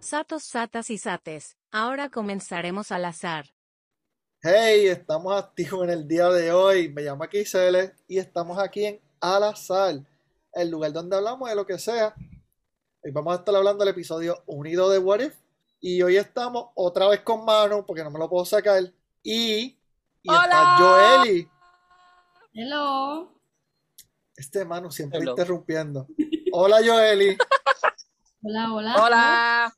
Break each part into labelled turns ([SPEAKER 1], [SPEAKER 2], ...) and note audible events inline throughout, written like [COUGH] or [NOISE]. [SPEAKER 1] Satos, satas y sates, ahora comenzaremos al azar.
[SPEAKER 2] Hey, estamos activos en el día de hoy. Me llamo Kisele y estamos aquí en Al Azar, el lugar donde hablamos de lo que sea. Hoy vamos a estar hablando del episodio unido de What If. Y hoy estamos otra vez con Manu, porque no me lo puedo sacar. Y, y está
[SPEAKER 3] ¡Hola!
[SPEAKER 2] Joeli.
[SPEAKER 3] Hello.
[SPEAKER 2] Este Manu siempre
[SPEAKER 4] Hello.
[SPEAKER 2] interrumpiendo. Hola, Joeli.
[SPEAKER 3] Hola, hola.
[SPEAKER 4] Hola.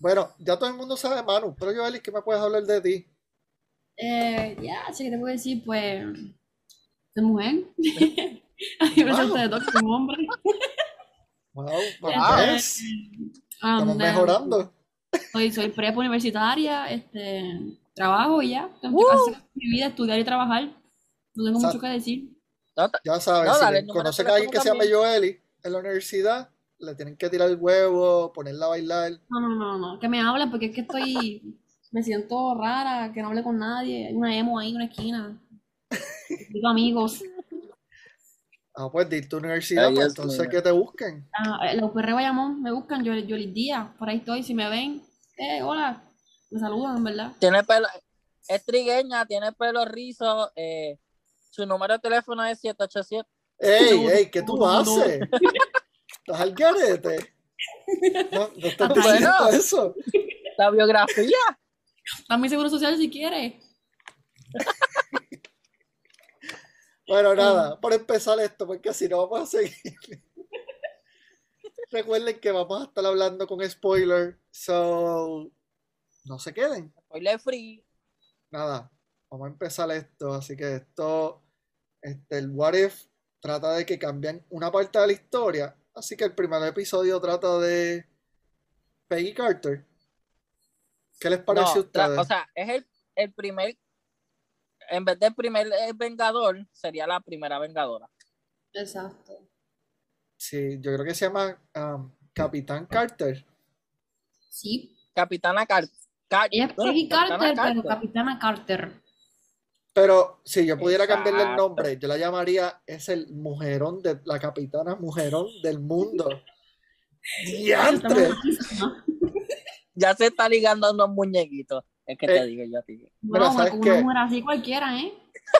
[SPEAKER 2] Bueno, ya todo el mundo sabe Manu, pero Joeli, ¿qué me puedes hablar de ti?
[SPEAKER 3] Eh, ya, así que te puedo decir, pues, de mujer. [LAUGHS] Ay, me siento de dos como hombre.
[SPEAKER 2] Wow,
[SPEAKER 3] Este,
[SPEAKER 2] ¿ves?
[SPEAKER 3] um,
[SPEAKER 2] estamos
[SPEAKER 3] eh,
[SPEAKER 2] mejorando.
[SPEAKER 3] Soy, soy prepa universitaria, este, trabajo y ya. Tengo
[SPEAKER 4] ¡Woo!
[SPEAKER 3] que hacer mi vida, estudiar y trabajar. No tengo mucho
[SPEAKER 2] Exacto.
[SPEAKER 3] que decir.
[SPEAKER 4] No, ta-
[SPEAKER 2] Ya sabes,
[SPEAKER 4] No,
[SPEAKER 2] si
[SPEAKER 4] dale,
[SPEAKER 2] le-
[SPEAKER 4] el número de
[SPEAKER 2] conocen a alguien que se
[SPEAKER 4] teléfono
[SPEAKER 2] llame Joeli en la universidad, le tienen que tirar el huevo, ponerla a bailar.
[SPEAKER 3] No, no, no, no, que me hablen porque es que estoy, [LAUGHS] me siento rara, que no hable con nadie. Hay una emo ahí en una esquina. Digo amigos.
[SPEAKER 2] Ah, pues de tu universidad,
[SPEAKER 4] Ahí
[SPEAKER 2] pues
[SPEAKER 4] es,
[SPEAKER 2] entonces
[SPEAKER 4] mira.
[SPEAKER 2] que te busquen.
[SPEAKER 3] Ah, la UPR Bayamón, me buscan, yo, yo les día, por ahí estoy, si me ven, eh, hola, me saludan, ¿verdad?
[SPEAKER 4] Tiene pelo, es trigueña, tiene pelo rizo. eh, su número de teléfono es 787.
[SPEAKER 2] ¡Ey,
[SPEAKER 3] No,
[SPEAKER 2] ey! ¿Qué tú
[SPEAKER 3] no, no.
[SPEAKER 2] haces? ¿Estás al garete? No, no estás
[SPEAKER 3] Ajá.
[SPEAKER 2] diciendo
[SPEAKER 4] Bueno.
[SPEAKER 2] eso. [LAUGHS]
[SPEAKER 4] La biografía.
[SPEAKER 3] Dame mi seguro social si quieres.
[SPEAKER 2] Bueno, nada, por empezar esto, porque si no vamos a seguir. Recuerden que vamos a estar hablando con spoiler, so no se queden.
[SPEAKER 4] Spoiler free.
[SPEAKER 2] Nada, vamos a empezar esto. Así que esto, este, el What If trata de que cambian una parte de la historia. Así que el primer episodio trata de Peggy Carter. ¿Qué les
[SPEAKER 4] No,
[SPEAKER 2] parece a
[SPEAKER 4] tra-
[SPEAKER 2] ustedes?
[SPEAKER 4] o sea, es el, el primer. En vez del primer eh, vengador, sería la primera vengadora.
[SPEAKER 3] Exacto.
[SPEAKER 2] Sí, yo creo que se llama um, Capitán Carter.
[SPEAKER 3] Sí,
[SPEAKER 4] Capitana Carter.
[SPEAKER 3] ella es Peggy Carter, pero Capitana Carter.
[SPEAKER 2] Pero si yo pudiera cambiarle el
[SPEAKER 4] Exacto.
[SPEAKER 2] nombre, yo la llamaría, es el mujerón de la capitana mujerón del
[SPEAKER 4] [LAUGHS]
[SPEAKER 2] mundo. ¡Diantre!
[SPEAKER 3] Estamos aquí, ¿no?
[SPEAKER 4] Ya se está ligando a unos muñequitos. Es que
[SPEAKER 2] Eh.
[SPEAKER 4] te digo yo a ti.
[SPEAKER 2] Mira,
[SPEAKER 3] Wow,
[SPEAKER 2] ¿sabes
[SPEAKER 3] con
[SPEAKER 2] qué?
[SPEAKER 3] una mujer así cualquiera, ¿eh?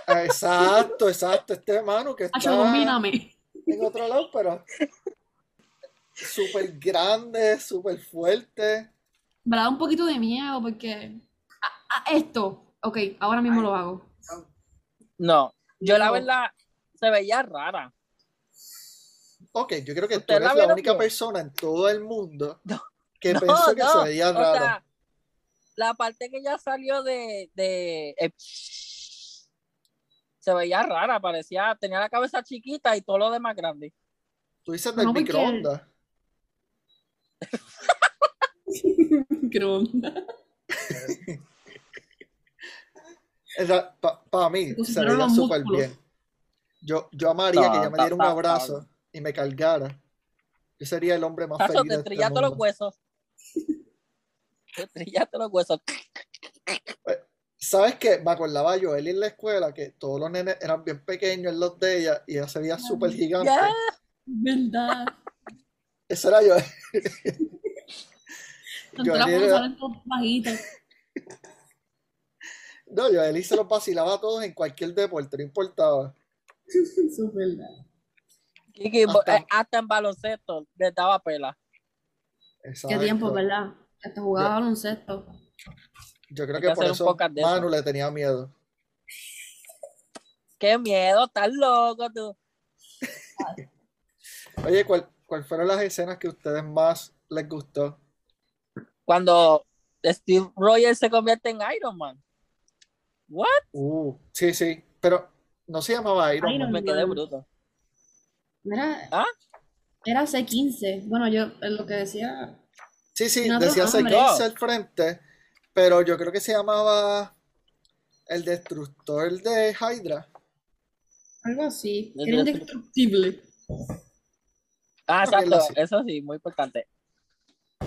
[SPEAKER 2] Exacto, exacto. Este hermano que
[SPEAKER 3] Hacho,
[SPEAKER 2] está
[SPEAKER 3] combíname.
[SPEAKER 2] en otro lado, pero súper grande, súper fuerte.
[SPEAKER 3] Me da un poquito de miedo porque... Ah, ah, esto, ok, ahora mismo lo hago. [LAUGHS]
[SPEAKER 4] No, yo la
[SPEAKER 3] No.
[SPEAKER 4] verdad se veía rara.
[SPEAKER 2] Ok, yo creo que tú
[SPEAKER 4] ¿Ustedes
[SPEAKER 2] eres la
[SPEAKER 4] la vieron
[SPEAKER 2] única
[SPEAKER 4] bien?
[SPEAKER 2] persona en todo el mundo
[SPEAKER 4] No,
[SPEAKER 2] que
[SPEAKER 4] no,
[SPEAKER 2] pensó que se
[SPEAKER 4] no,
[SPEAKER 2] veía
[SPEAKER 4] o
[SPEAKER 2] raro.
[SPEAKER 4] sea, la parte que ya salió de, de eh, se veía rara, parecía, tenía la cabeza chiquita y todo lo demás grande.
[SPEAKER 2] Tú dices del
[SPEAKER 3] No, porque-
[SPEAKER 2] microondas.
[SPEAKER 3] Microondas.
[SPEAKER 2] Para mí,
[SPEAKER 3] Te
[SPEAKER 2] se
[SPEAKER 3] pusieron
[SPEAKER 2] veía
[SPEAKER 3] los
[SPEAKER 2] súper
[SPEAKER 3] músculos.
[SPEAKER 2] bien. Yo, yo amaría que
[SPEAKER 4] Ta,
[SPEAKER 2] ella me
[SPEAKER 4] ta,
[SPEAKER 2] diera un
[SPEAKER 4] ta,
[SPEAKER 2] abrazo y me cargara. Yo sería el hombre más
[SPEAKER 4] Tacho,
[SPEAKER 2] feliz de
[SPEAKER 4] te
[SPEAKER 2] este
[SPEAKER 4] trillaste los
[SPEAKER 2] mundo.
[SPEAKER 4] huesos.
[SPEAKER 2] [LAUGHS]
[SPEAKER 4] Te trillaste los huesos.
[SPEAKER 2] ¿Sabes qué? Me acordaba yo, él en la escuela, que todos los nenes eran bien pequeños en los de ella y ella se veía súper gigante.
[SPEAKER 4] Ya.
[SPEAKER 3] ¿Verdad?
[SPEAKER 2] Eso era yo.
[SPEAKER 3] [LAUGHS] Tanto la
[SPEAKER 2] Gabriela-
[SPEAKER 3] foto salen todos bajitas.
[SPEAKER 2] No, yo, él se los vacilaba a todos en cualquier deporte, no importaba.
[SPEAKER 3] Eso es verdad.
[SPEAKER 4] Kiki, bo-
[SPEAKER 2] Hasta-
[SPEAKER 4] eh, hasta en baloncesto le daba pela.
[SPEAKER 3] Qué
[SPEAKER 2] Exacto.
[SPEAKER 3] tiempo, ¿verdad? Hasta jugaba baloncesto.
[SPEAKER 2] Yo creo
[SPEAKER 4] Hay
[SPEAKER 2] que
[SPEAKER 4] que
[SPEAKER 2] por
[SPEAKER 4] hacer un
[SPEAKER 2] eso
[SPEAKER 4] podcast de eso.
[SPEAKER 2] Manu le tenía miedo.
[SPEAKER 4] Qué miedo, estás loco tú.
[SPEAKER 2] Oye, ¿cuál, cuál fueron las escenas que a ustedes más les gustó?
[SPEAKER 4] Cuando Steve Rogers se convierte en Iron Man. What?
[SPEAKER 2] Uh, sí, sí, pero no se llamaba Iron
[SPEAKER 3] Iron
[SPEAKER 2] Man.
[SPEAKER 4] Me quedé
[SPEAKER 3] Man.
[SPEAKER 4] bruto.
[SPEAKER 3] Era,
[SPEAKER 4] ¿Ah?
[SPEAKER 3] era C15. Bueno, yo eh, lo que decía.
[SPEAKER 2] Sí, sí,
[SPEAKER 3] No, no,
[SPEAKER 2] decía
[SPEAKER 3] hombre.
[SPEAKER 2] C15 al frente, pero yo creo que se llamaba El Destructor de Hydra.
[SPEAKER 3] Algo así.
[SPEAKER 4] Desde
[SPEAKER 3] Era
[SPEAKER 4] la-
[SPEAKER 3] indestructible.
[SPEAKER 4] Ah,
[SPEAKER 2] Creo que
[SPEAKER 4] exacto,
[SPEAKER 2] la-
[SPEAKER 4] eso sí, muy importante.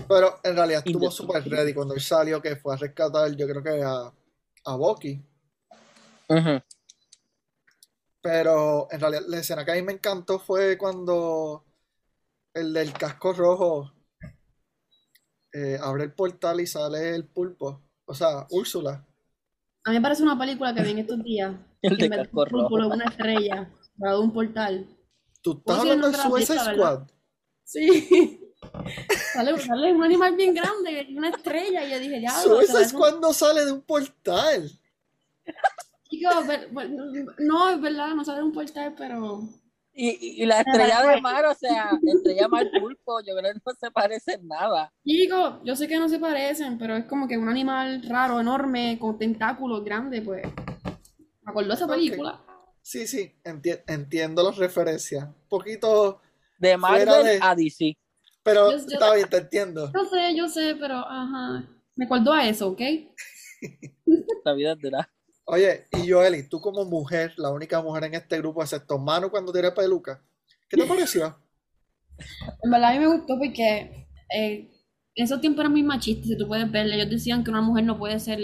[SPEAKER 2] Pero en realidad estuvo
[SPEAKER 4] Indestructible.
[SPEAKER 2] super ready cuando él salió, que fue a rescatar, yo creo que a, a Bucky.
[SPEAKER 4] Ujú.
[SPEAKER 2] Pero en realidad la escena que a mí me encantó fue cuando el del casco rojo eh, abre el portal y sale el pulpo. O sea, Úrsula.
[SPEAKER 3] A mí me parece una película que vi en estos días.
[SPEAKER 4] [LAUGHS]
[SPEAKER 3] que
[SPEAKER 4] El de
[SPEAKER 3] en vez de
[SPEAKER 4] casco
[SPEAKER 3] un
[SPEAKER 4] rojo.
[SPEAKER 3] cúpulo, una estrella, para un portal.
[SPEAKER 2] Tú estás
[SPEAKER 3] Úrsula
[SPEAKER 2] hablando
[SPEAKER 3] no
[SPEAKER 2] de
[SPEAKER 3] te la has
[SPEAKER 2] Suicide
[SPEAKER 3] visto, ¿verdad?
[SPEAKER 2] Squad.
[SPEAKER 4] [LAUGHS]
[SPEAKER 3] Sí. Sale, sale un animal bien grande y una estrella. Y yo dije, ya,
[SPEAKER 2] Suicide Squad no sale de un portal.
[SPEAKER 3] no, es verdad, no sale de un portal, pero.
[SPEAKER 4] Y, y- y la estrella de mar, o sea, la estrella mar pulpo, yo creo que no se parece en nada.
[SPEAKER 3] Digo, yo sé que no se parecen, pero es como que un animal raro, enorme, con tentáculos grandes, pues. Me acordó esa
[SPEAKER 2] Ok.
[SPEAKER 3] película.
[SPEAKER 2] Sí, sí, enti- entiendo las referencias. Un poquito,
[SPEAKER 4] De Marvel
[SPEAKER 2] de-
[SPEAKER 4] a DC.
[SPEAKER 2] pero
[SPEAKER 3] Yo- yo-
[SPEAKER 2] está bien, te entiendo.
[SPEAKER 3] Yo sé, yo sé, pero ajá. Me acordó a eso, ¿ok?
[SPEAKER 4] La vida es dura.
[SPEAKER 2] Oye, y Joeli, tú como mujer, la única mujer en este grupo, excepto Manu cuando tiene peluca, ¿qué te pareció?
[SPEAKER 3] En verdad a mí me gustó porque eh, en esos tiempos eran muy machistas, si tú puedes verle. Ellos decían que una mujer no puede ser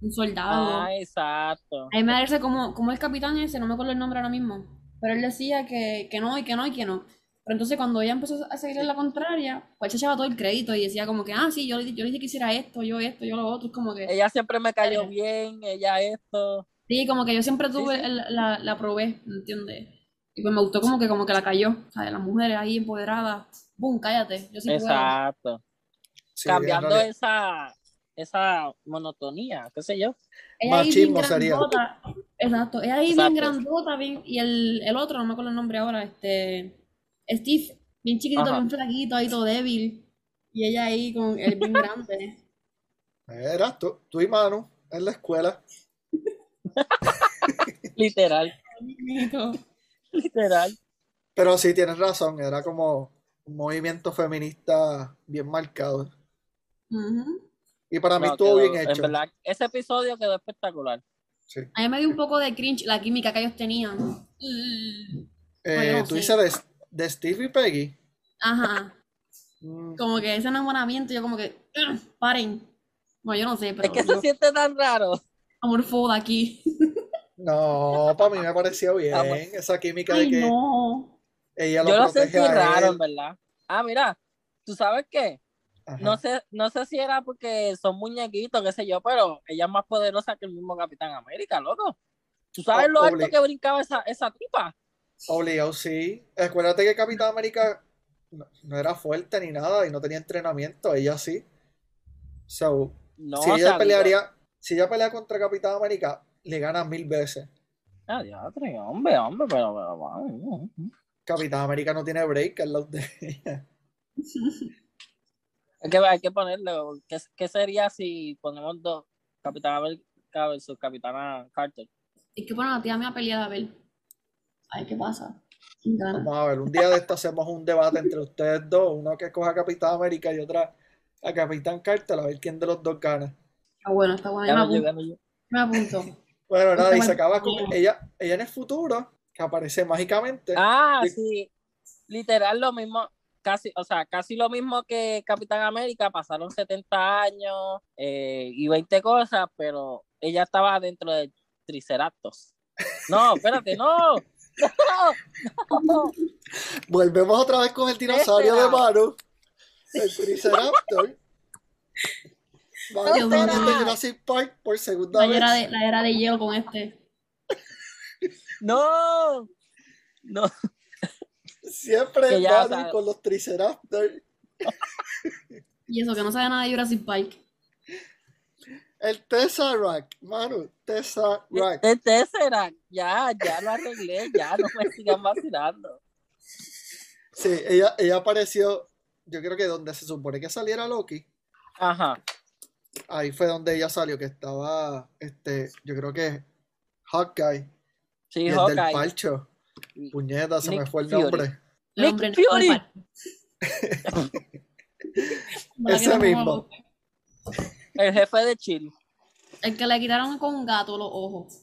[SPEAKER 3] un soldado.
[SPEAKER 4] Ah, exacto.
[SPEAKER 3] A mí me parece como, como el capitán ese, no me acuerdo el nombre ahora mismo, pero él decía que, que no y que no y que no. Pero entonces cuando ella empezó a seguirle la contraria, pues ella echaba todo el crédito y decía como que, ah, sí, yo, le- yo le dije que hiciera esto, yo esto, yo lo otro. Es como que,
[SPEAKER 4] Ella siempre me cayó bien, ella esto.
[SPEAKER 3] sí, como que yo siempre tuve,
[SPEAKER 4] sí.
[SPEAKER 3] el- la, la probé, ¿entiendes? Y pues me gustó como que, como que la cayó, o sea, las mujeres ahí empoderadas, boom, cállate, yo sí puedo.
[SPEAKER 4] Exacto.
[SPEAKER 2] Sí, en
[SPEAKER 4] Cambiando
[SPEAKER 2] realidad,
[SPEAKER 4] esa, esa monotonía, qué sé yo.
[SPEAKER 3] Ella ahí bien
[SPEAKER 2] Machismo sería.
[SPEAKER 3] grandota. Exacto. Ella ahí bien
[SPEAKER 4] Exacto.
[SPEAKER 3] grandota, bien. Y el, el otro, no me acuerdo el nombre ahora, este. Steve, bien chiquitito,
[SPEAKER 4] Ajá.
[SPEAKER 3] bien flaquito, ahí todo débil. Y ella ahí con el bien
[SPEAKER 4] [LAUGHS]
[SPEAKER 3] grande.
[SPEAKER 2] eras tú, tú y Manu en la escuela.
[SPEAKER 4] Literal, [LAUGHS]
[SPEAKER 3] Chiquito.
[SPEAKER 4] literal.
[SPEAKER 2] Pero sí, tienes razón, era como un movimiento feminista bien marcado.
[SPEAKER 3] Ujú.
[SPEAKER 2] Y para mí
[SPEAKER 4] No,
[SPEAKER 2] estuvo
[SPEAKER 4] quedó-
[SPEAKER 2] bien
[SPEAKER 4] en
[SPEAKER 2] hecho.
[SPEAKER 4] verdad, ese episodio quedó espectacular.
[SPEAKER 2] sí. Eh,
[SPEAKER 3] A mí me dio un poco de cringe la química que ellos tenían. Mm.
[SPEAKER 2] Eh,
[SPEAKER 3] Bueno,
[SPEAKER 2] tú
[SPEAKER 3] sí.
[SPEAKER 2] dices de, de Steve y Peggy.
[SPEAKER 3] Ajá.
[SPEAKER 2] Mm,
[SPEAKER 3] Como que ese enamoramiento, yo como que. "Ugh, Paren. Bueno, yo no sé,
[SPEAKER 4] Es
[SPEAKER 3] pero
[SPEAKER 4] que se
[SPEAKER 3] yo,
[SPEAKER 4] siente tan raro.
[SPEAKER 3] amor foda aquí.
[SPEAKER 2] No, para mí me pareció bien
[SPEAKER 4] Vamos.
[SPEAKER 2] esa química de
[SPEAKER 3] [LAUGHS] Ay,
[SPEAKER 2] que
[SPEAKER 3] no.
[SPEAKER 2] ella lo
[SPEAKER 4] Yo lo
[SPEAKER 2] protege
[SPEAKER 4] sentí
[SPEAKER 2] a
[SPEAKER 4] raro, en
[SPEAKER 2] él.
[SPEAKER 4] verdad. Ah, mira, ¿tú sabes qué?
[SPEAKER 2] Ajá.
[SPEAKER 4] No sé, no sé si era porque son muñequitos, qué sé yo, pero ella es más poderosa que el mismo Capitán América, loco. ¿Tú sabes
[SPEAKER 2] Oh,
[SPEAKER 4] lo alto
[SPEAKER 2] obli-
[SPEAKER 4] que brincaba esa, esa tipa?
[SPEAKER 2] Obligado, sí. Acuérdate que Capitán América no, no era fuerte ni nada y no tenía entrenamiento, ella sí. So,
[SPEAKER 4] No,
[SPEAKER 2] si
[SPEAKER 4] o
[SPEAKER 2] ella
[SPEAKER 4] sea,
[SPEAKER 2] pelearía, si ella pelea contra Capitán América, le gana mil veces.
[SPEAKER 4] digo, ah, diadre, hombre, hombre, pero, pero, ay, no.
[SPEAKER 2] Capitán América no tiene break [LAUGHS] al lado de ella.
[SPEAKER 4] Hay que, hay que ponerle, ¿qué, qué sería si ponemos dos Capitán América versus Capitana Carter?
[SPEAKER 3] Es que bueno, la tía me ha peleado a ver. Ay, ¿qué pasa? Sin ganas.
[SPEAKER 2] Vamos a ver, un día de esto hacemos un debate entre ustedes dos, uno que coja a Capitán América y otra a Capitán Carter, a ver quién de los dos gana.
[SPEAKER 3] Está bueno, está bueno. Yo
[SPEAKER 4] Ya
[SPEAKER 3] me
[SPEAKER 4] no
[SPEAKER 3] apunto.
[SPEAKER 4] llegué, no llegué.
[SPEAKER 3] yo me
[SPEAKER 4] [LAUGHS]
[SPEAKER 3] apunto.
[SPEAKER 2] Bueno, nada, y se
[SPEAKER 3] Bueno,
[SPEAKER 2] acaba con
[SPEAKER 3] bueno.
[SPEAKER 2] ella, ella en el futuro, que aparece mágicamente.
[SPEAKER 4] Ah,
[SPEAKER 2] Sí.
[SPEAKER 4] sí. Literal lo mismo, casi, o sea, casi lo mismo que Capitán América, pasaron 70 años eh, y 20 cosas, pero ella estaba dentro de Triceratops. No,
[SPEAKER 2] [LAUGHS]
[SPEAKER 4] espérate, no. No, no.
[SPEAKER 2] Volvemos otra vez con el dinosaurio de
[SPEAKER 4] Espera.
[SPEAKER 2] Maru. El
[SPEAKER 4] [LAUGHS]
[SPEAKER 2] Triceraptor. Maru
[SPEAKER 3] Espera.
[SPEAKER 2] está viendo Jurassic Park por segunda
[SPEAKER 3] La
[SPEAKER 2] vez.
[SPEAKER 3] era, de, la era de hielo con este.
[SPEAKER 4] No. No.
[SPEAKER 2] Siempre
[SPEAKER 4] Que ya
[SPEAKER 2] Maru
[SPEAKER 4] sabe.
[SPEAKER 2] con los Triceraptor.
[SPEAKER 3] Y eso, que no sabe nada de Jurassic Park.
[SPEAKER 2] El Tesseract, Maru, Tesseract.
[SPEAKER 4] Este será. Ya, ya lo arreglé, ya no me sigan vacilando.
[SPEAKER 2] Sí, ella, ella apareció, yo creo que donde se supone que saliera Loki,
[SPEAKER 4] Ajá.
[SPEAKER 2] ahí fue donde ella salió, que estaba, este, yo creo que Hawkeye, y
[SPEAKER 4] Sí,
[SPEAKER 2] el del
[SPEAKER 4] Hawkeye.
[SPEAKER 2] palcho.
[SPEAKER 4] Y-
[SPEAKER 2] Puñeta, se me
[SPEAKER 4] Nick
[SPEAKER 2] fue el
[SPEAKER 4] Fury.
[SPEAKER 2] nombre.
[SPEAKER 3] El
[SPEAKER 4] Nick
[SPEAKER 3] hombre no
[SPEAKER 4] Fury.
[SPEAKER 2] [LAUGHS]
[SPEAKER 3] sabe Park. ¿Verdad que
[SPEAKER 2] Ese
[SPEAKER 3] no me
[SPEAKER 2] mismo.
[SPEAKER 3] acuerdo?
[SPEAKER 4] El jefe de Chile.
[SPEAKER 3] El que le quitaron con un gato los ojos.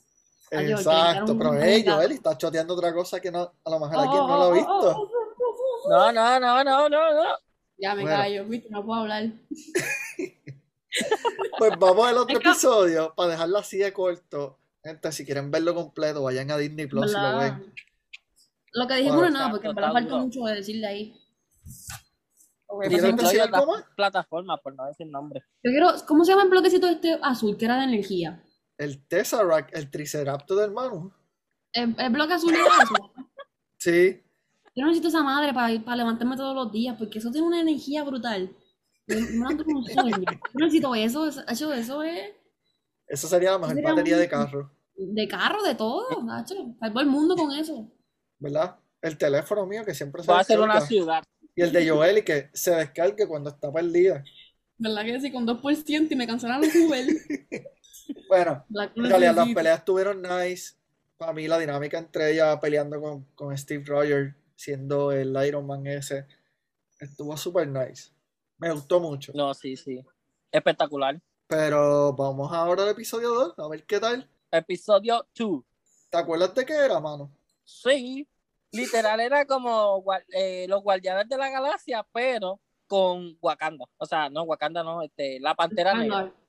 [SPEAKER 3] Ay, Dios, que le
[SPEAKER 2] Exacto,
[SPEAKER 3] quitaron
[SPEAKER 2] pero
[SPEAKER 3] un
[SPEAKER 2] hey,
[SPEAKER 3] gato.
[SPEAKER 2] Joel está choteando otra cosa que no, a lo mejor
[SPEAKER 3] Oh,
[SPEAKER 2] alguien no lo
[SPEAKER 3] oh,
[SPEAKER 2] ha
[SPEAKER 3] oh,
[SPEAKER 2] visto.
[SPEAKER 3] oh, oh, oh, oh.
[SPEAKER 4] No, no, no, no, no, no.
[SPEAKER 3] Ya me
[SPEAKER 2] Bueno.
[SPEAKER 3] callo, viste, no puedo hablar.
[SPEAKER 2] Pues vamos al otro
[SPEAKER 3] Es que-
[SPEAKER 2] episodio para dejarlo así de corto. Gente, si quieren verlo completo, vayan a Disney Plus y lo
[SPEAKER 3] ¿Verdad?
[SPEAKER 2] ven.
[SPEAKER 3] Lo que dijimos
[SPEAKER 2] Bueno,
[SPEAKER 3] no es nada, porque en
[SPEAKER 4] exacto,
[SPEAKER 3] verdad
[SPEAKER 4] está
[SPEAKER 3] falta
[SPEAKER 4] duro.
[SPEAKER 3] mucho de decir de ahí.
[SPEAKER 2] Ok,
[SPEAKER 4] Y
[SPEAKER 2] ¿me
[SPEAKER 4] se
[SPEAKER 2] puedes
[SPEAKER 4] incluye
[SPEAKER 2] decir
[SPEAKER 4] otras
[SPEAKER 2] cómo es?
[SPEAKER 4] plataformas, por no decir nombre.
[SPEAKER 3] Yo quiero, ¿cómo se llama el bloquecito este azul que era de energía?
[SPEAKER 2] El Tesseract, el Triceratops del Manu.
[SPEAKER 3] Eh, El, el bloque azul era eso.
[SPEAKER 2] Sí.
[SPEAKER 3] [LAUGHS] Yo no necesito esa madre para, para levantarme todos los días, porque eso tiene una energía brutal. Me me mando un sueño. Yo no necesito eso, eso, eso, eso es
[SPEAKER 2] Esa sería la mejor
[SPEAKER 3] Mira,
[SPEAKER 2] batería de
[SPEAKER 3] un-
[SPEAKER 2] carro,
[SPEAKER 3] de carro, de todo, Nacho. Salvo el mundo con eso.
[SPEAKER 2] ¿verdad? El teléfono mío que siempre se
[SPEAKER 4] Va a ser una
[SPEAKER 2] descarga.
[SPEAKER 4] ciudad.
[SPEAKER 2] Y el de Joel y que se descargue cuando está perdida.
[SPEAKER 3] ¿Verdad que sí? Con 2% y me cancelaron los Uber.
[SPEAKER 2] Bueno,
[SPEAKER 3] La cruz
[SPEAKER 2] en realidad las
[SPEAKER 3] necesita.
[SPEAKER 2] peleas estuvieron nice. Para mí la dinámica entre ella peleando con, con Steve Rogers, siendo el Iron Man ese, estuvo super nice. Me gustó mucho.
[SPEAKER 4] No, sí, sí. Espectacular.
[SPEAKER 2] Pero vamos ahora al episodio 2, a ver qué tal.
[SPEAKER 4] Episodio 2.
[SPEAKER 2] ¿Te acuerdas de qué era, mano?
[SPEAKER 4] Sí. Literal era como gua- eh, los guardianes de la galaxia, pero con Wakanda. O sea, no, Wakanda no, este, la Pantera
[SPEAKER 3] Star-Lord.
[SPEAKER 4] Negra.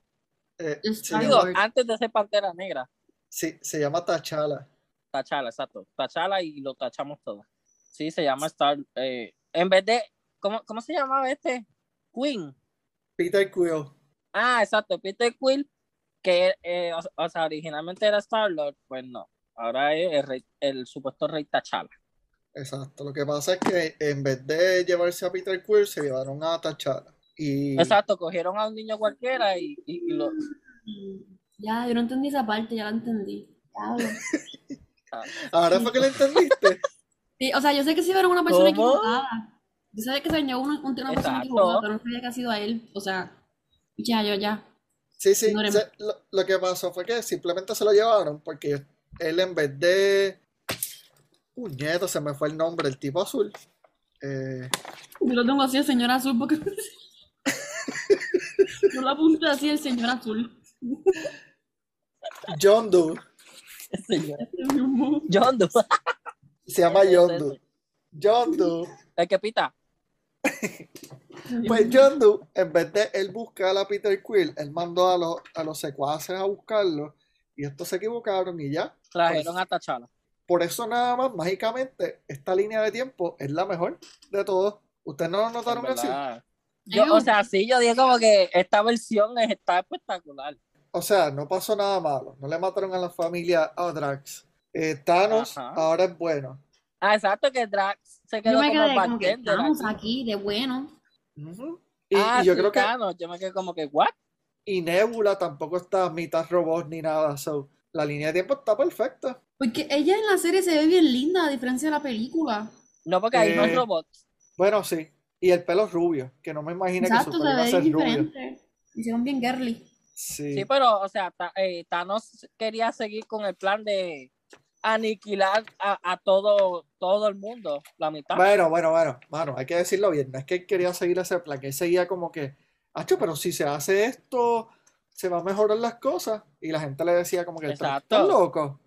[SPEAKER 2] Eh, se,
[SPEAKER 3] Ah, Star
[SPEAKER 4] Digo,
[SPEAKER 2] llama,
[SPEAKER 3] Lord.
[SPEAKER 4] antes de ser Pantera Negra,
[SPEAKER 2] sí, se llama T'Challa.
[SPEAKER 4] Tachala, exacto. Tachala y lo tachamos todo. Sí, se llama Star. eh, en vez de. ¿cómo, ¿Cómo se llamaba este? Queen.
[SPEAKER 2] Peter Quill.
[SPEAKER 4] Ah, exacto, Peter Quill, que eh, o, o sea, originalmente era Star-Lord, pues no. Ahora es el, rey- el supuesto rey Tachala.
[SPEAKER 2] Exacto. Lo que pasa es que en vez de llevarse a Peter Quill, se llevaron a T'Challa. Y
[SPEAKER 4] Exacto, cogieron a un niño cualquiera y, y- y lo. [LAUGHS]
[SPEAKER 3] Ya, yo no entendí esa parte, ya la entendí. Diablo.
[SPEAKER 2] ahora fue que lo entendiste.
[SPEAKER 3] Sí, o sea, yo sé que sí era una persona
[SPEAKER 4] ¿Cómo?
[SPEAKER 3] equivocada. Yo sabía que se dañó una, un- una persona
[SPEAKER 4] Exacto.
[SPEAKER 3] equivocada, pero no sabía que ha sido a él. O sea, ya, yo, ya.
[SPEAKER 2] Sí, sí.
[SPEAKER 3] Ignoremos.
[SPEAKER 2] se- lo, lo que pasó fue que simplemente se lo llevaron porque él en vez de... Puñeto, se me fue el nombre, el tipo azul. Eh,
[SPEAKER 3] Yo lo tengo así, el señor azul, porque. [LAUGHS] yo lo apunté así, el señor azul.
[SPEAKER 2] John Doe.
[SPEAKER 3] Ese mismo.
[SPEAKER 4] John Doe.
[SPEAKER 2] Se llama
[SPEAKER 4] [LAUGHS] Ese,
[SPEAKER 2] John
[SPEAKER 4] ese.
[SPEAKER 2] Doe. John Doe.
[SPEAKER 4] El que pita.
[SPEAKER 2] Pues John Doe, en vez de él buscar a Peter Quill, él mandó a los, a los secuaces a buscarlo y estos se equivocaron y ya. Pues,
[SPEAKER 4] Trajeron a Tachala.
[SPEAKER 2] Por eso nada más, mágicamente, esta línea de tiempo es la mejor de todos. ¿Ustedes no lo notaron así?
[SPEAKER 4] Yo, o sea, sí, yo digo como que esta versión es- está espectacular.
[SPEAKER 2] O sea, no pasó nada malo. No le mataron a la familia a Drax. Eh, Thanos
[SPEAKER 4] Ajá.
[SPEAKER 2] ahora es bueno.
[SPEAKER 4] Ah, exacto, que Drax se
[SPEAKER 3] Yo
[SPEAKER 4] quedó
[SPEAKER 3] me
[SPEAKER 4] como
[SPEAKER 3] quedé como que ah,
[SPEAKER 4] bartender
[SPEAKER 3] estamos
[SPEAKER 4] aquí.
[SPEAKER 3] aquí de bueno.
[SPEAKER 2] Ujú. Y,
[SPEAKER 4] ah,
[SPEAKER 2] y yo
[SPEAKER 4] sí,
[SPEAKER 2] creo que
[SPEAKER 4] Thanos, Yo me quedé como que, ¿what?
[SPEAKER 2] y Nebula tampoco está mitad robot ni nada. So, la línea de tiempo está perfecta.
[SPEAKER 3] Porque ella en la serie se ve bien linda, a diferencia de la película.
[SPEAKER 4] No, porque ahí no
[SPEAKER 2] Eh,
[SPEAKER 4] es robot.
[SPEAKER 2] Bueno, sí. Y el pelo rubio, que no me imaginé que su
[SPEAKER 3] Exacto, se
[SPEAKER 2] pelo iba a
[SPEAKER 3] ve
[SPEAKER 2] ser rubio.
[SPEAKER 3] diferente. Hicieron bien girly.
[SPEAKER 2] Sí.
[SPEAKER 4] Sí, pues, pero, o sea, Ta- eh, Thanos quería seguir con el plan de aniquilar a, a todo, todo el mundo, la mitad.
[SPEAKER 2] Bueno, bueno, bueno, mano, hay que decirlo bien. No es que él quería seguir ese plan, que él seguía como que, Acho, pero si se hace esto, se va a mejorar las cosas. Y la gente le decía como que, "Estás-
[SPEAKER 4] Exacto.
[SPEAKER 2] estás loco.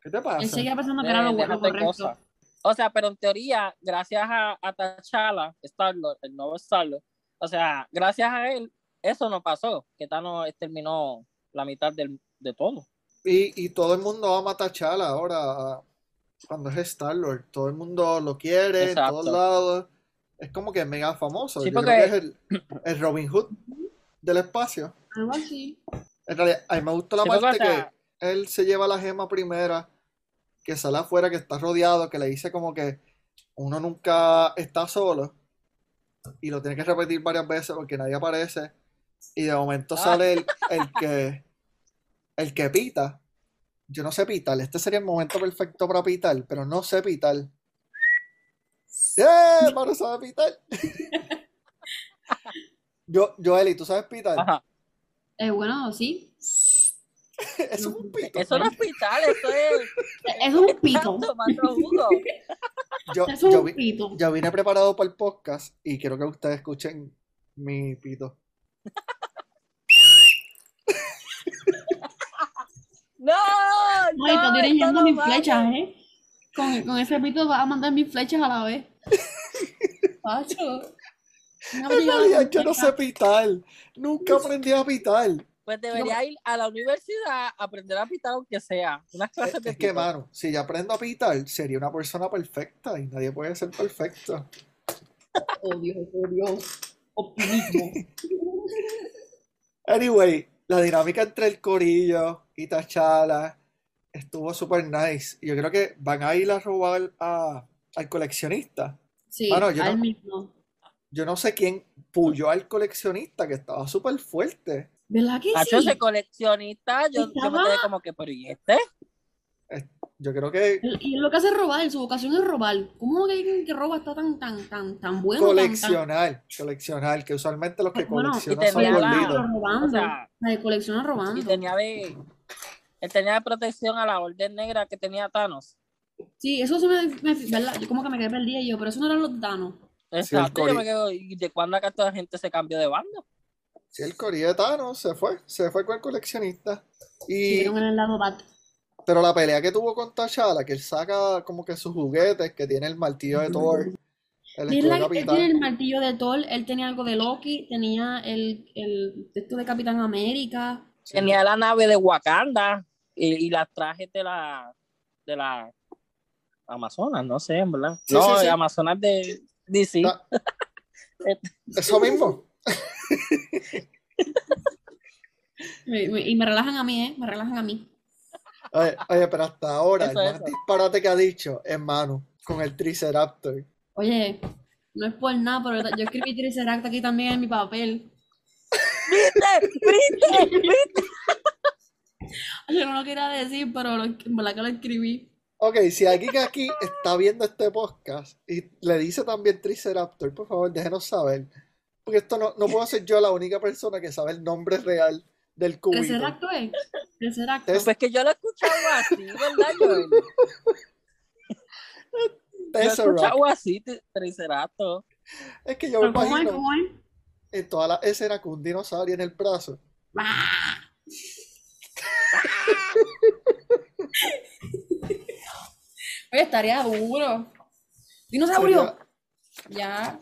[SPEAKER 2] ¿Qué te
[SPEAKER 3] Él
[SPEAKER 2] pasa?
[SPEAKER 3] seguía pensando que
[SPEAKER 4] Eh,
[SPEAKER 3] era lo, lo
[SPEAKER 4] déjate
[SPEAKER 3] correcto.
[SPEAKER 4] cosas. O sea, pero en teoría, gracias a, a T'Challa, Star-Lord, el nuevo Star-Lord, o sea, gracias a él, eso no pasó, que Thanos terminó la mitad del, de todo.
[SPEAKER 2] Y, y todo el mundo ama a T'Challa ahora, cuando es Star-Lord. Todo el mundo lo quiere, en
[SPEAKER 4] Exacto.
[SPEAKER 2] todos lados. Es como que mega famoso.
[SPEAKER 4] Sí,
[SPEAKER 2] Yo creo
[SPEAKER 4] porque-
[SPEAKER 2] que es el, el Robin Hood del espacio.
[SPEAKER 3] Algo así.
[SPEAKER 2] En realidad, a mí me gustó la
[SPEAKER 4] Sí, porque,
[SPEAKER 2] parte
[SPEAKER 4] o sea,
[SPEAKER 2] que él se lleva la gema primera, que sale afuera, que está rodeado, que le dice como que uno nunca está solo y lo tiene que repetir varias veces porque nadie aparece y de momento
[SPEAKER 4] Ah.
[SPEAKER 2] sale el, el que el que pita. Yo no sé pitar, este sería el momento perfecto para pitar, pero no sé pitar.
[SPEAKER 4] [LAUGHS]
[SPEAKER 2] ¡Eh! Mano sabe pitar. [LAUGHS] Yo, Joeli, ¿tú sabes pitar?
[SPEAKER 4] Ajá.
[SPEAKER 3] Eh, bueno, sí.
[SPEAKER 2] [LAUGHS] Eso es un pito.
[SPEAKER 4] Eso no es pitar,
[SPEAKER 2] [LAUGHS]
[SPEAKER 4] eso es
[SPEAKER 3] Es un
[SPEAKER 4] [LAUGHS]
[SPEAKER 3] pito.
[SPEAKER 4] tomando jugo.
[SPEAKER 2] Yo,
[SPEAKER 3] Es
[SPEAKER 2] yo
[SPEAKER 3] un
[SPEAKER 2] vi-
[SPEAKER 3] pito.
[SPEAKER 2] yo vine preparado para el podcast y quiero que ustedes escuchen mi pito.
[SPEAKER 4] No,
[SPEAKER 3] Ay, estás
[SPEAKER 4] no, esto
[SPEAKER 3] dirigiendo
[SPEAKER 4] no
[SPEAKER 3] mis
[SPEAKER 4] vale.
[SPEAKER 3] flechas, ¿eh? Con, con ese pito vas a mandar mis flechas a la vez.
[SPEAKER 2] [LAUGHS]
[SPEAKER 3] Pacho. No,
[SPEAKER 2] En realidad yo no sé
[SPEAKER 3] sé.
[SPEAKER 2] pitar. Nunca aprendí a pitar.
[SPEAKER 4] Pues debería ir a la universidad a aprender a pitar aunque sea. Unas
[SPEAKER 2] Es,
[SPEAKER 4] clases de
[SPEAKER 2] es que,
[SPEAKER 4] pito.
[SPEAKER 2] mano, si yo aprendo a pitar, sería una persona perfecta y nadie puede ser perfecto.
[SPEAKER 3] Oh, Dios, oh, Dios.
[SPEAKER 2] [LAUGHS]
[SPEAKER 3] Optimismo.
[SPEAKER 2] Anyway, la dinámica entre el Corillo y Tachala estuvo super nice. Y Yo creo que van a ir a robar a- al coleccionista.
[SPEAKER 3] Sí,
[SPEAKER 2] Mano, yo no-
[SPEAKER 3] al mismo.
[SPEAKER 2] Yo no sé quién puyó al coleccionista, que estaba súper fuerte.
[SPEAKER 3] ¿Verdad que
[SPEAKER 4] Hacho,
[SPEAKER 3] sí?
[SPEAKER 4] ese coleccionista, yo, yo me quedé como que, pero ¿y este?
[SPEAKER 2] Yo creo que
[SPEAKER 3] Y él lo que hace es robar, su vocación es robar. ¿Cómo que alguien que roba está tan, tan, tan, tan bueno? tan- tan-
[SPEAKER 2] coleccionar, coleccionar, que usualmente los que
[SPEAKER 3] Bueno, y
[SPEAKER 2] coleccionan son
[SPEAKER 4] tenía la-
[SPEAKER 2] gorditos.
[SPEAKER 3] Pero robando.
[SPEAKER 4] O sea,
[SPEAKER 3] Ay, colecciona robando.
[SPEAKER 4] y tenía de. Él tenía de protección a la orden negra que tenía Thanos.
[SPEAKER 3] Sí, eso sí me, me- ¿verdad? Yo como que me quedé perdida y yo, pero eso no eran los danos.
[SPEAKER 4] Exacto,
[SPEAKER 2] core-
[SPEAKER 4] yo me quedo, ¿y de cuándo acá toda la gente se cambió de bando?
[SPEAKER 2] Sí, el corillo de Thanos se fue, se fue con el coleccionista.
[SPEAKER 3] Sí,
[SPEAKER 2] Y,
[SPEAKER 3] eran en el lado bat.
[SPEAKER 2] pero la pelea que tuvo con T'Challa, que él saca como que sus juguetes, que tiene el martillo de Thor, el
[SPEAKER 3] Y es
[SPEAKER 2] escudo
[SPEAKER 3] la-
[SPEAKER 2] de
[SPEAKER 3] él
[SPEAKER 2] capitán.
[SPEAKER 3] tiene el martillo de Thor, él tenía algo de Loki, tenía el, el texto de Capitán América.
[SPEAKER 2] Sí.
[SPEAKER 4] Tenía la nave de Wakanda y, y las trajes de la de la Amazonas, no sé, en verdad.
[SPEAKER 2] Sí,
[SPEAKER 4] no,
[SPEAKER 2] sí, sí.
[SPEAKER 4] Amazonas de DC.
[SPEAKER 2] Ta- Eso mismo.
[SPEAKER 3] [LAUGHS] Me- me- y me relajan a mí, ¿eh? Me relajan a mí.
[SPEAKER 2] Oye, oye, pero hasta ahora, el
[SPEAKER 4] Eso,
[SPEAKER 2] más
[SPEAKER 4] eso.
[SPEAKER 2] disparate que ha dicho es Manu, con el Triceraptor.
[SPEAKER 3] Oye, no es por nada, pero yo escribí Triceracta aquí también en mi papel.
[SPEAKER 4] [LAUGHS] ¿Viste? ¿Viste? ¿Viste?
[SPEAKER 3] Yo no lo quería decir, pero lo, en verdad que lo escribí.
[SPEAKER 2] Ok, si aquí que aquí está viendo este podcast y le dice también Triceraptor, por favor, déjenos saber. Porque esto no, no puedo ser yo la única persona que sabe el nombre real del cubito.
[SPEAKER 3] Triceracto es. Triceracto.
[SPEAKER 2] Tres-
[SPEAKER 4] Pues que yo lo escuchaba así, ¿verdad, Joel? Yo lo
[SPEAKER 2] Tesseract.
[SPEAKER 4] escuchaba así, t- Triceratops.
[SPEAKER 2] Es que yo me
[SPEAKER 3] Pero ¿Cómo es?
[SPEAKER 2] imagino
[SPEAKER 3] ¿Cómo es?
[SPEAKER 2] en todas las escenas con un dinosaurio en el brazo.
[SPEAKER 3] ¡Ah! Oye, estaría duro. Dinosaurio.
[SPEAKER 2] Sería,
[SPEAKER 3] Ya.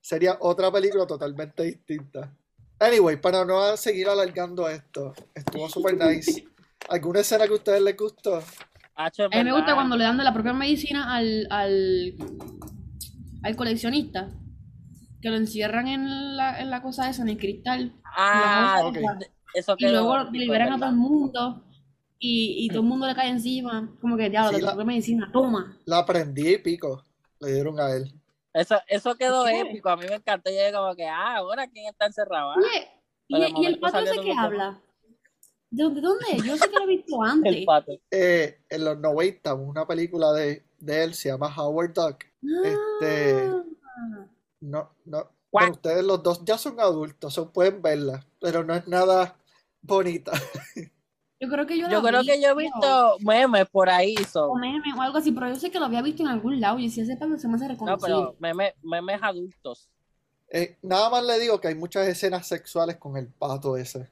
[SPEAKER 2] sería otra película totalmente distinta. Anyway, para no seguir alargando esto, estuvo super
[SPEAKER 3] [LAUGHS]
[SPEAKER 2] nice. ¿Alguna escena que a ustedes les gustó?
[SPEAKER 4] Hacho, en
[SPEAKER 3] A mí me gusta
[SPEAKER 4] verdad,
[SPEAKER 3] cuando le dan de la propia medicina al, al, al coleccionista. Que lo encierran en la, en la cosa esa, en el cristal.
[SPEAKER 4] Ah,
[SPEAKER 2] ok.
[SPEAKER 4] eso
[SPEAKER 3] Y
[SPEAKER 4] quedó
[SPEAKER 3] luego
[SPEAKER 4] rico,
[SPEAKER 3] liberan a todo
[SPEAKER 4] ¿verdad?
[SPEAKER 3] el mundo. Y, y todo el mundo le cae encima. Como que, diablo,
[SPEAKER 2] Sí,
[SPEAKER 3] de
[SPEAKER 2] la-
[SPEAKER 3] la propia medicina, toma.
[SPEAKER 2] La aprendí y pico. Le dieron a él.
[SPEAKER 4] Eso, eso quedó
[SPEAKER 3] ¿Qué?
[SPEAKER 4] épico, a mí me encantó. Yo dije como que, ah, ahora quién está encerrado. Ah,
[SPEAKER 3] Oye, y,
[SPEAKER 4] Para
[SPEAKER 3] y el
[SPEAKER 4] momento
[SPEAKER 3] pato ese
[SPEAKER 4] salió
[SPEAKER 3] que
[SPEAKER 4] todo-
[SPEAKER 3] habla. ¿De dónde? dónde? Yo sé que lo he visto
[SPEAKER 4] [LAUGHS] El
[SPEAKER 3] antes.
[SPEAKER 4] pato.
[SPEAKER 2] Eh, en los 90, una película de, de él se llama Howard Duck. Este,
[SPEAKER 3] Ah.
[SPEAKER 2] No, no.
[SPEAKER 4] Cuac.
[SPEAKER 2] Bueno, ustedes los dos ya son adultos, so pueden verla, pero no es nada bonita. [LAUGHS]
[SPEAKER 3] Yo creo que yo
[SPEAKER 4] Yo
[SPEAKER 3] la
[SPEAKER 4] creo
[SPEAKER 3] vi,
[SPEAKER 4] que yo
[SPEAKER 3] creo,
[SPEAKER 4] he visto memes por ahí, so.
[SPEAKER 3] O meme o algo así, pero yo sé que lo había visto en algún lado y si ese pato se me hace
[SPEAKER 4] No,
[SPEAKER 3] reconocido.
[SPEAKER 4] pero memes, memes adultos.
[SPEAKER 2] Eh, nada más le digo que hay muchas escenas sexuales con el pato ese.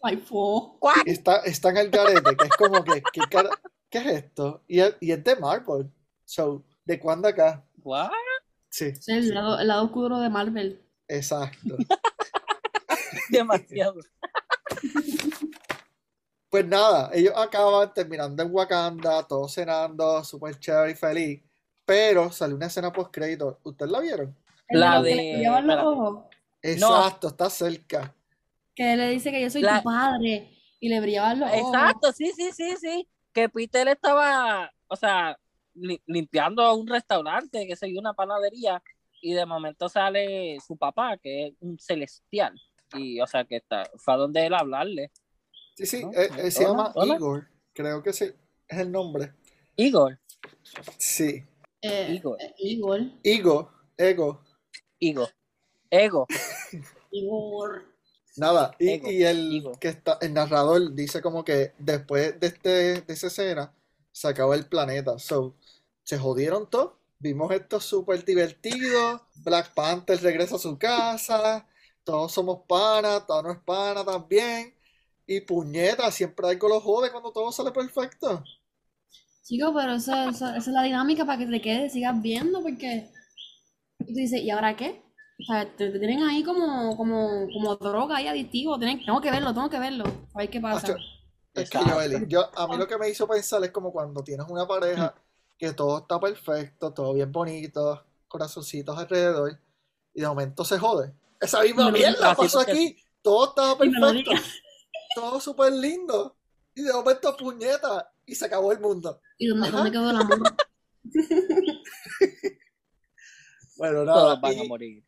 [SPEAKER 3] Ay, fo.
[SPEAKER 2] Está, está en el garete, que es como que, ¿qué, cara- qué es esto? Y es, y es de Marvel. So, ¿de cuándo acá?
[SPEAKER 4] What?
[SPEAKER 2] Sí,
[SPEAKER 3] Es el lado, el lado oscuro de Marvel.
[SPEAKER 2] exacto.
[SPEAKER 4] [LAUGHS] Demasiado.
[SPEAKER 2] Pues nada, ellos acaban terminando en Wakanda, todos cenando, súper chévere y feliz. Pero salió una escena post-crédito. ¿Ustedes la vieron?
[SPEAKER 3] El
[SPEAKER 4] La
[SPEAKER 3] los que
[SPEAKER 4] de-
[SPEAKER 3] le llevan los
[SPEAKER 4] espérate.
[SPEAKER 3] ojos.
[SPEAKER 2] Exacto, está cerca.
[SPEAKER 3] Que le dice que yo soy
[SPEAKER 4] La-
[SPEAKER 3] tu padre y le brillaban los ojos.
[SPEAKER 4] Exacto, sí, sí, sí, sí. Que Peter estaba, o sea, li- limpiando un restaurante, que sé yo, una panadería, y de momento sale su papá, que es un celestial. Y, o sea, que está, fue a donde él a hablarle.
[SPEAKER 2] Sí, sí,
[SPEAKER 4] No,
[SPEAKER 2] eh, eh, se
[SPEAKER 4] hola,
[SPEAKER 2] llama
[SPEAKER 4] hola.
[SPEAKER 2] Igor, creo que sí, es el nombre.
[SPEAKER 4] Igor,
[SPEAKER 2] Sí,
[SPEAKER 3] Eh,
[SPEAKER 4] Igor.
[SPEAKER 3] eh, Igor.
[SPEAKER 2] Igor, Ego,
[SPEAKER 4] Igor, Ego.
[SPEAKER 3] Igor.
[SPEAKER 2] nada. Y,
[SPEAKER 4] Ego,
[SPEAKER 2] y el
[SPEAKER 4] Igor.
[SPEAKER 2] que está, el narrador dice como que después de este, de esa escena, se acabó el planeta. So, se jodieron todo. Vimos esto súper divertido. Black Panther regresa a su casa. Todos somos panas, todos no es pana también. Y puñeta, siempre algo lo jode cuando todo sale perfecto.
[SPEAKER 3] Chico, pero eso, eso- esa es la dinámica para que te quedes, sigas viendo, porque y tú dices, ¿y ahora qué? O sea, te, te tienen ahí como, como, como droga ahí adictivo, tienen, tengo que verlo, tengo que verlo, a ver qué pasa.
[SPEAKER 2] Acho, Es que
[SPEAKER 4] Exacto.
[SPEAKER 2] Joel, yo, a mí lo que me hizo pensar es como cuando tienes una pareja que todo está perfecto, todo bien bonito, corazoncitos alrededor y de momento se jode. Esa misma
[SPEAKER 3] No, no,
[SPEAKER 2] mierda
[SPEAKER 4] así
[SPEAKER 2] pasó
[SPEAKER 4] porque-
[SPEAKER 2] aquí, todo estaba
[SPEAKER 3] Y me lo
[SPEAKER 2] perfecto, todo súper lindo y de momento puñeta y se acabó el mundo.
[SPEAKER 3] ¿Y dónde,
[SPEAKER 2] Ajá.
[SPEAKER 3] dónde quedó el amor?
[SPEAKER 4] [LAUGHS]
[SPEAKER 2] Bueno, nada,
[SPEAKER 4] Todos van a
[SPEAKER 2] ¿y
[SPEAKER 4] morir.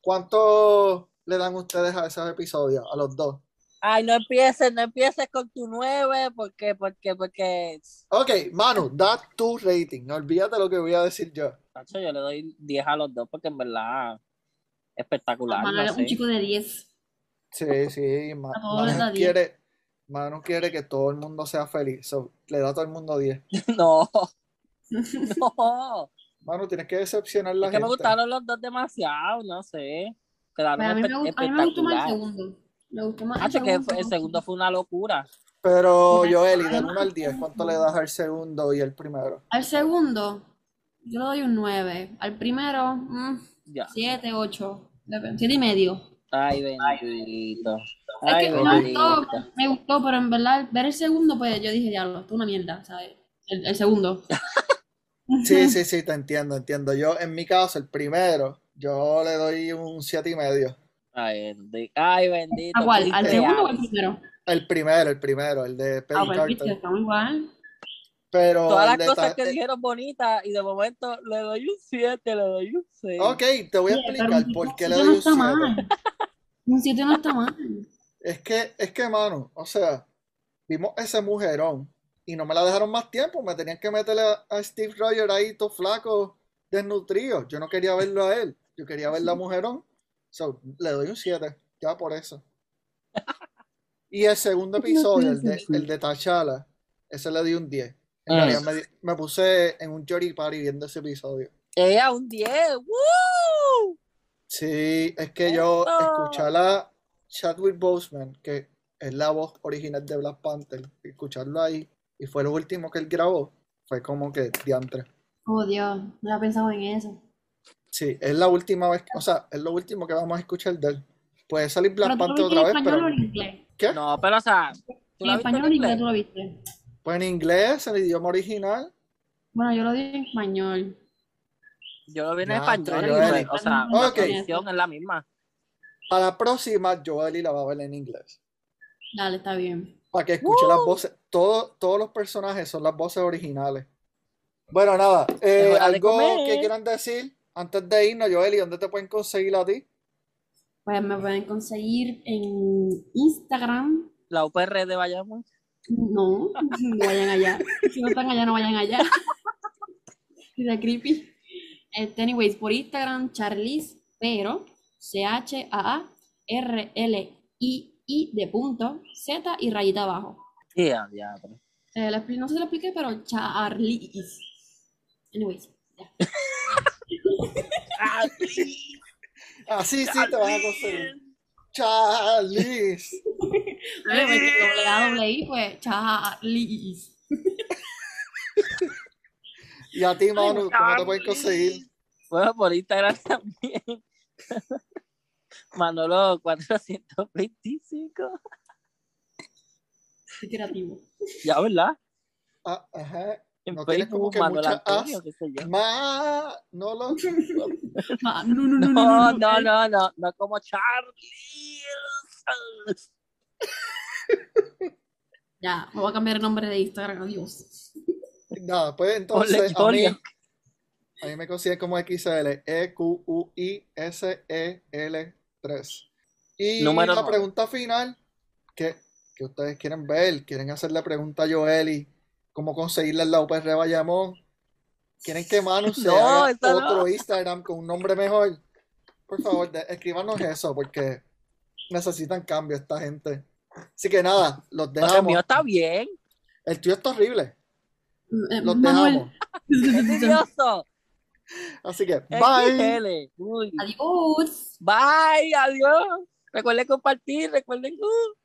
[SPEAKER 2] ¿cuánto le dan ustedes a esos episodios, a los dos?
[SPEAKER 4] Ay, no empieces, no empieces con tu nueve, porque, porque, porque.
[SPEAKER 2] Ok, Manu, da tu rating, no olvídate lo que voy a decir yo.
[SPEAKER 4] Tacho, yo le doy 10 a los dos, porque en verdad. Espectacular.
[SPEAKER 3] Manuel
[SPEAKER 4] no
[SPEAKER 3] es un
[SPEAKER 4] sé.
[SPEAKER 3] chico de 10.
[SPEAKER 2] Sí, sí, Ma-
[SPEAKER 3] A favor de
[SPEAKER 2] Manu
[SPEAKER 3] la diez.
[SPEAKER 2] quiere, Manu quiere que todo el mundo sea feliz, so, le da a todo el mundo 10.
[SPEAKER 4] [LAUGHS]
[SPEAKER 3] [LAUGHS]
[SPEAKER 4] No. No.
[SPEAKER 2] Manu, tienes que decepcionar a la
[SPEAKER 4] es que me
[SPEAKER 2] gente.
[SPEAKER 4] gustaron los dos demasiado, no sé.
[SPEAKER 3] Pero
[SPEAKER 4] Quedaron
[SPEAKER 3] Pues a, mí me,
[SPEAKER 4] espe-
[SPEAKER 3] gust- a mí me gustó más el
[SPEAKER 4] espectacular.
[SPEAKER 3] segundo. Me gustó más
[SPEAKER 4] Tacho, que fue- el
[SPEAKER 3] ¿no?
[SPEAKER 4] segundo fue una locura.
[SPEAKER 2] Pero,
[SPEAKER 3] Mira,
[SPEAKER 2] Joeli, del
[SPEAKER 3] ay,
[SPEAKER 2] 1 al 10, ¿cuánto le das al segundo y al
[SPEAKER 3] [LAUGHS]
[SPEAKER 2] primero?
[SPEAKER 3] Al segundo, yo le doy un 9. Al primero, mm,
[SPEAKER 4] Ya.
[SPEAKER 3] 7, 8. 7 y medio.
[SPEAKER 4] Ay, bendito.
[SPEAKER 3] Es
[SPEAKER 4] Ay,
[SPEAKER 3] que me
[SPEAKER 4] bendito.
[SPEAKER 3] gustó, me gustó, pero en verdad, ver el segundo, pues yo dije, diablo, esto es una mierda, ¿sabes? El, el segundo.
[SPEAKER 2] [LAUGHS] Sí, sí, sí, te entiendo, entiendo. Yo, en mi caso, el primero, yo le doy un 7 y medio.
[SPEAKER 4] Ay, bendito.
[SPEAKER 3] [LAUGHS]
[SPEAKER 4] Ay, bendito.
[SPEAKER 3] ¿A Ah, cuál? ¿Al
[SPEAKER 4] Qué
[SPEAKER 3] segundo o al
[SPEAKER 4] ideales.
[SPEAKER 3] primero?
[SPEAKER 2] El primero, el primero, el de
[SPEAKER 3] Ah,
[SPEAKER 2] Penny
[SPEAKER 3] pues
[SPEAKER 2] Carter.
[SPEAKER 3] viste, estamos igual.
[SPEAKER 2] Pero
[SPEAKER 4] Todas
[SPEAKER 2] el
[SPEAKER 4] las
[SPEAKER 2] de
[SPEAKER 4] cosas
[SPEAKER 2] ta-
[SPEAKER 4] que
[SPEAKER 2] eh,
[SPEAKER 4] dijeron bonitas y de momento le doy un 7, le doy un 6.
[SPEAKER 2] Ok, te voy a
[SPEAKER 3] Oye, pero
[SPEAKER 2] explicar
[SPEAKER 3] un
[SPEAKER 2] por qué pues. le
[SPEAKER 3] siete no
[SPEAKER 2] doy un
[SPEAKER 3] está
[SPEAKER 2] 7.
[SPEAKER 3] mal. Un 7 no está mal.
[SPEAKER 2] Es que, es que, mano, o sea, vimos ese mujerón y no me la dejaron más tiempo. Me tenían que meterle a, a Steve Rogers ahí, todo flaco, desnutrido. Yo no quería verlo a él, yo quería verlo a mujerón. So, le doy un 7, ya por eso. Y el segundo episodio, el de, el de T'Challa, ese le di un 10. En
[SPEAKER 4] Ah.
[SPEAKER 2] realidad me, di- me puse en un Jory Party viendo ese episodio.
[SPEAKER 4] Ella un 10. ¡Woo!
[SPEAKER 2] Sí, es que yo
[SPEAKER 4] Eso.
[SPEAKER 2] escuchar a Chadwick Boseman, que es la voz original de Black Panther, escucharlo ahí, y fue lo último que él grabó, fue como que diantre.
[SPEAKER 3] Oh, Dios, no había pensado en eso.
[SPEAKER 2] Sí, es la última vez, o sea, es lo último que vamos a escuchar de él. Puede salir Black
[SPEAKER 3] ¿Pero tú
[SPEAKER 2] Panther
[SPEAKER 3] lo viste
[SPEAKER 2] otra
[SPEAKER 3] en
[SPEAKER 2] vez,
[SPEAKER 3] español
[SPEAKER 2] pero
[SPEAKER 3] o en inglés?
[SPEAKER 2] ¿qué?
[SPEAKER 4] No, pero o sea. ¿tú
[SPEAKER 3] ¿En
[SPEAKER 4] la viste
[SPEAKER 3] español o en inglés tú lo viste?
[SPEAKER 2] Pues en inglés, en el idioma original.
[SPEAKER 3] Bueno, yo lo vi en español.
[SPEAKER 4] Yo lo vi en
[SPEAKER 2] Ya,
[SPEAKER 4] español.
[SPEAKER 2] entre
[SPEAKER 4] y
[SPEAKER 2] Joel.
[SPEAKER 4] fue- o sea,
[SPEAKER 3] Ok.
[SPEAKER 4] la traducción es la misma.
[SPEAKER 2] Para la próxima, Joely la va a ver en inglés.
[SPEAKER 3] Dale, está bien.
[SPEAKER 2] Para que escuche las voces. Todo, todos los personajes son las voces originales. Bueno, nada. eh,
[SPEAKER 4] Es hora de
[SPEAKER 2] ¿algo que
[SPEAKER 4] comer.
[SPEAKER 2] quieran decir antes de irnos, Joeli? ¿Dónde te pueden conseguir a ti?
[SPEAKER 3] Pues me pueden conseguir en Instagram.
[SPEAKER 4] La UPR de Bayamón.
[SPEAKER 3] No, no vayan allá. Si no están allá, no vayan allá. [LAUGHS] Está creepy. Este, anyways, por Instagram, Charlize, pero C-H-A-A-R-L-I-I de punto, Z y rayita abajo.
[SPEAKER 4] Yeah, diablo.
[SPEAKER 3] Eh, la expli- no sé si lo expliqué, pero Charlize. Anyways, ya.
[SPEAKER 4] Ah,
[SPEAKER 2] Así Ah, sí te van a conseguir. Charlize.
[SPEAKER 3] Oye, pues, doble A, doble I, pues Charlize.
[SPEAKER 2] Y a ti, Manu, ¿cómo te pueden conseguir?
[SPEAKER 4] Bueno, por Instagram [LAUGHS] también. Manolo 425.
[SPEAKER 3] Qué creativo.
[SPEAKER 4] Ya, ¿verdad?
[SPEAKER 2] Ah, ajá.
[SPEAKER 4] En
[SPEAKER 2] No tienes como
[SPEAKER 4] Facebook,
[SPEAKER 2] que
[SPEAKER 4] Manolo
[SPEAKER 2] muchas
[SPEAKER 4] Antonio,
[SPEAKER 2] as.
[SPEAKER 4] qué sé yo.
[SPEAKER 2] Manolo.
[SPEAKER 3] Ah, no, no, no,
[SPEAKER 4] No,
[SPEAKER 3] no, eh.
[SPEAKER 4] no, no, no, no como Charlie.
[SPEAKER 3] Ya, me voy a cambiar el nombre de Instagram, adiós.
[SPEAKER 2] Nada, pues entonces a mí,
[SPEAKER 4] Jolie.
[SPEAKER 2] a mí me consiguen como E XL, E-Q-U-I-S-E-L-3. E Y
[SPEAKER 4] Número
[SPEAKER 2] la
[SPEAKER 4] nueve.
[SPEAKER 2] pregunta final, que, que ustedes quieren ver, quieren hacer la pregunta a Joeli, cómo conseguirla en la UPR Bayamón, quieren que Manu se
[SPEAKER 4] No,
[SPEAKER 2] haga
[SPEAKER 4] esa no.
[SPEAKER 2] otro Instagram con un nombre mejor, por favor, de- escríbanos eso, porque necesitan cambio esta gente. Así que nada, los
[SPEAKER 4] No, El mío
[SPEAKER 2] dejamos.
[SPEAKER 4] está
[SPEAKER 3] [LAUGHS]
[SPEAKER 4] bien.
[SPEAKER 2] El tuyo está horrible,
[SPEAKER 3] Eh,
[SPEAKER 2] los
[SPEAKER 3] Manuel.
[SPEAKER 2] dejamos.
[SPEAKER 3] [LAUGHS]
[SPEAKER 4] Es idioso.
[SPEAKER 2] Así que, bye.
[SPEAKER 4] XL. Uy.
[SPEAKER 3] Adiós.
[SPEAKER 4] Bye, adiós. Recuerden compartir, recuerden. uh.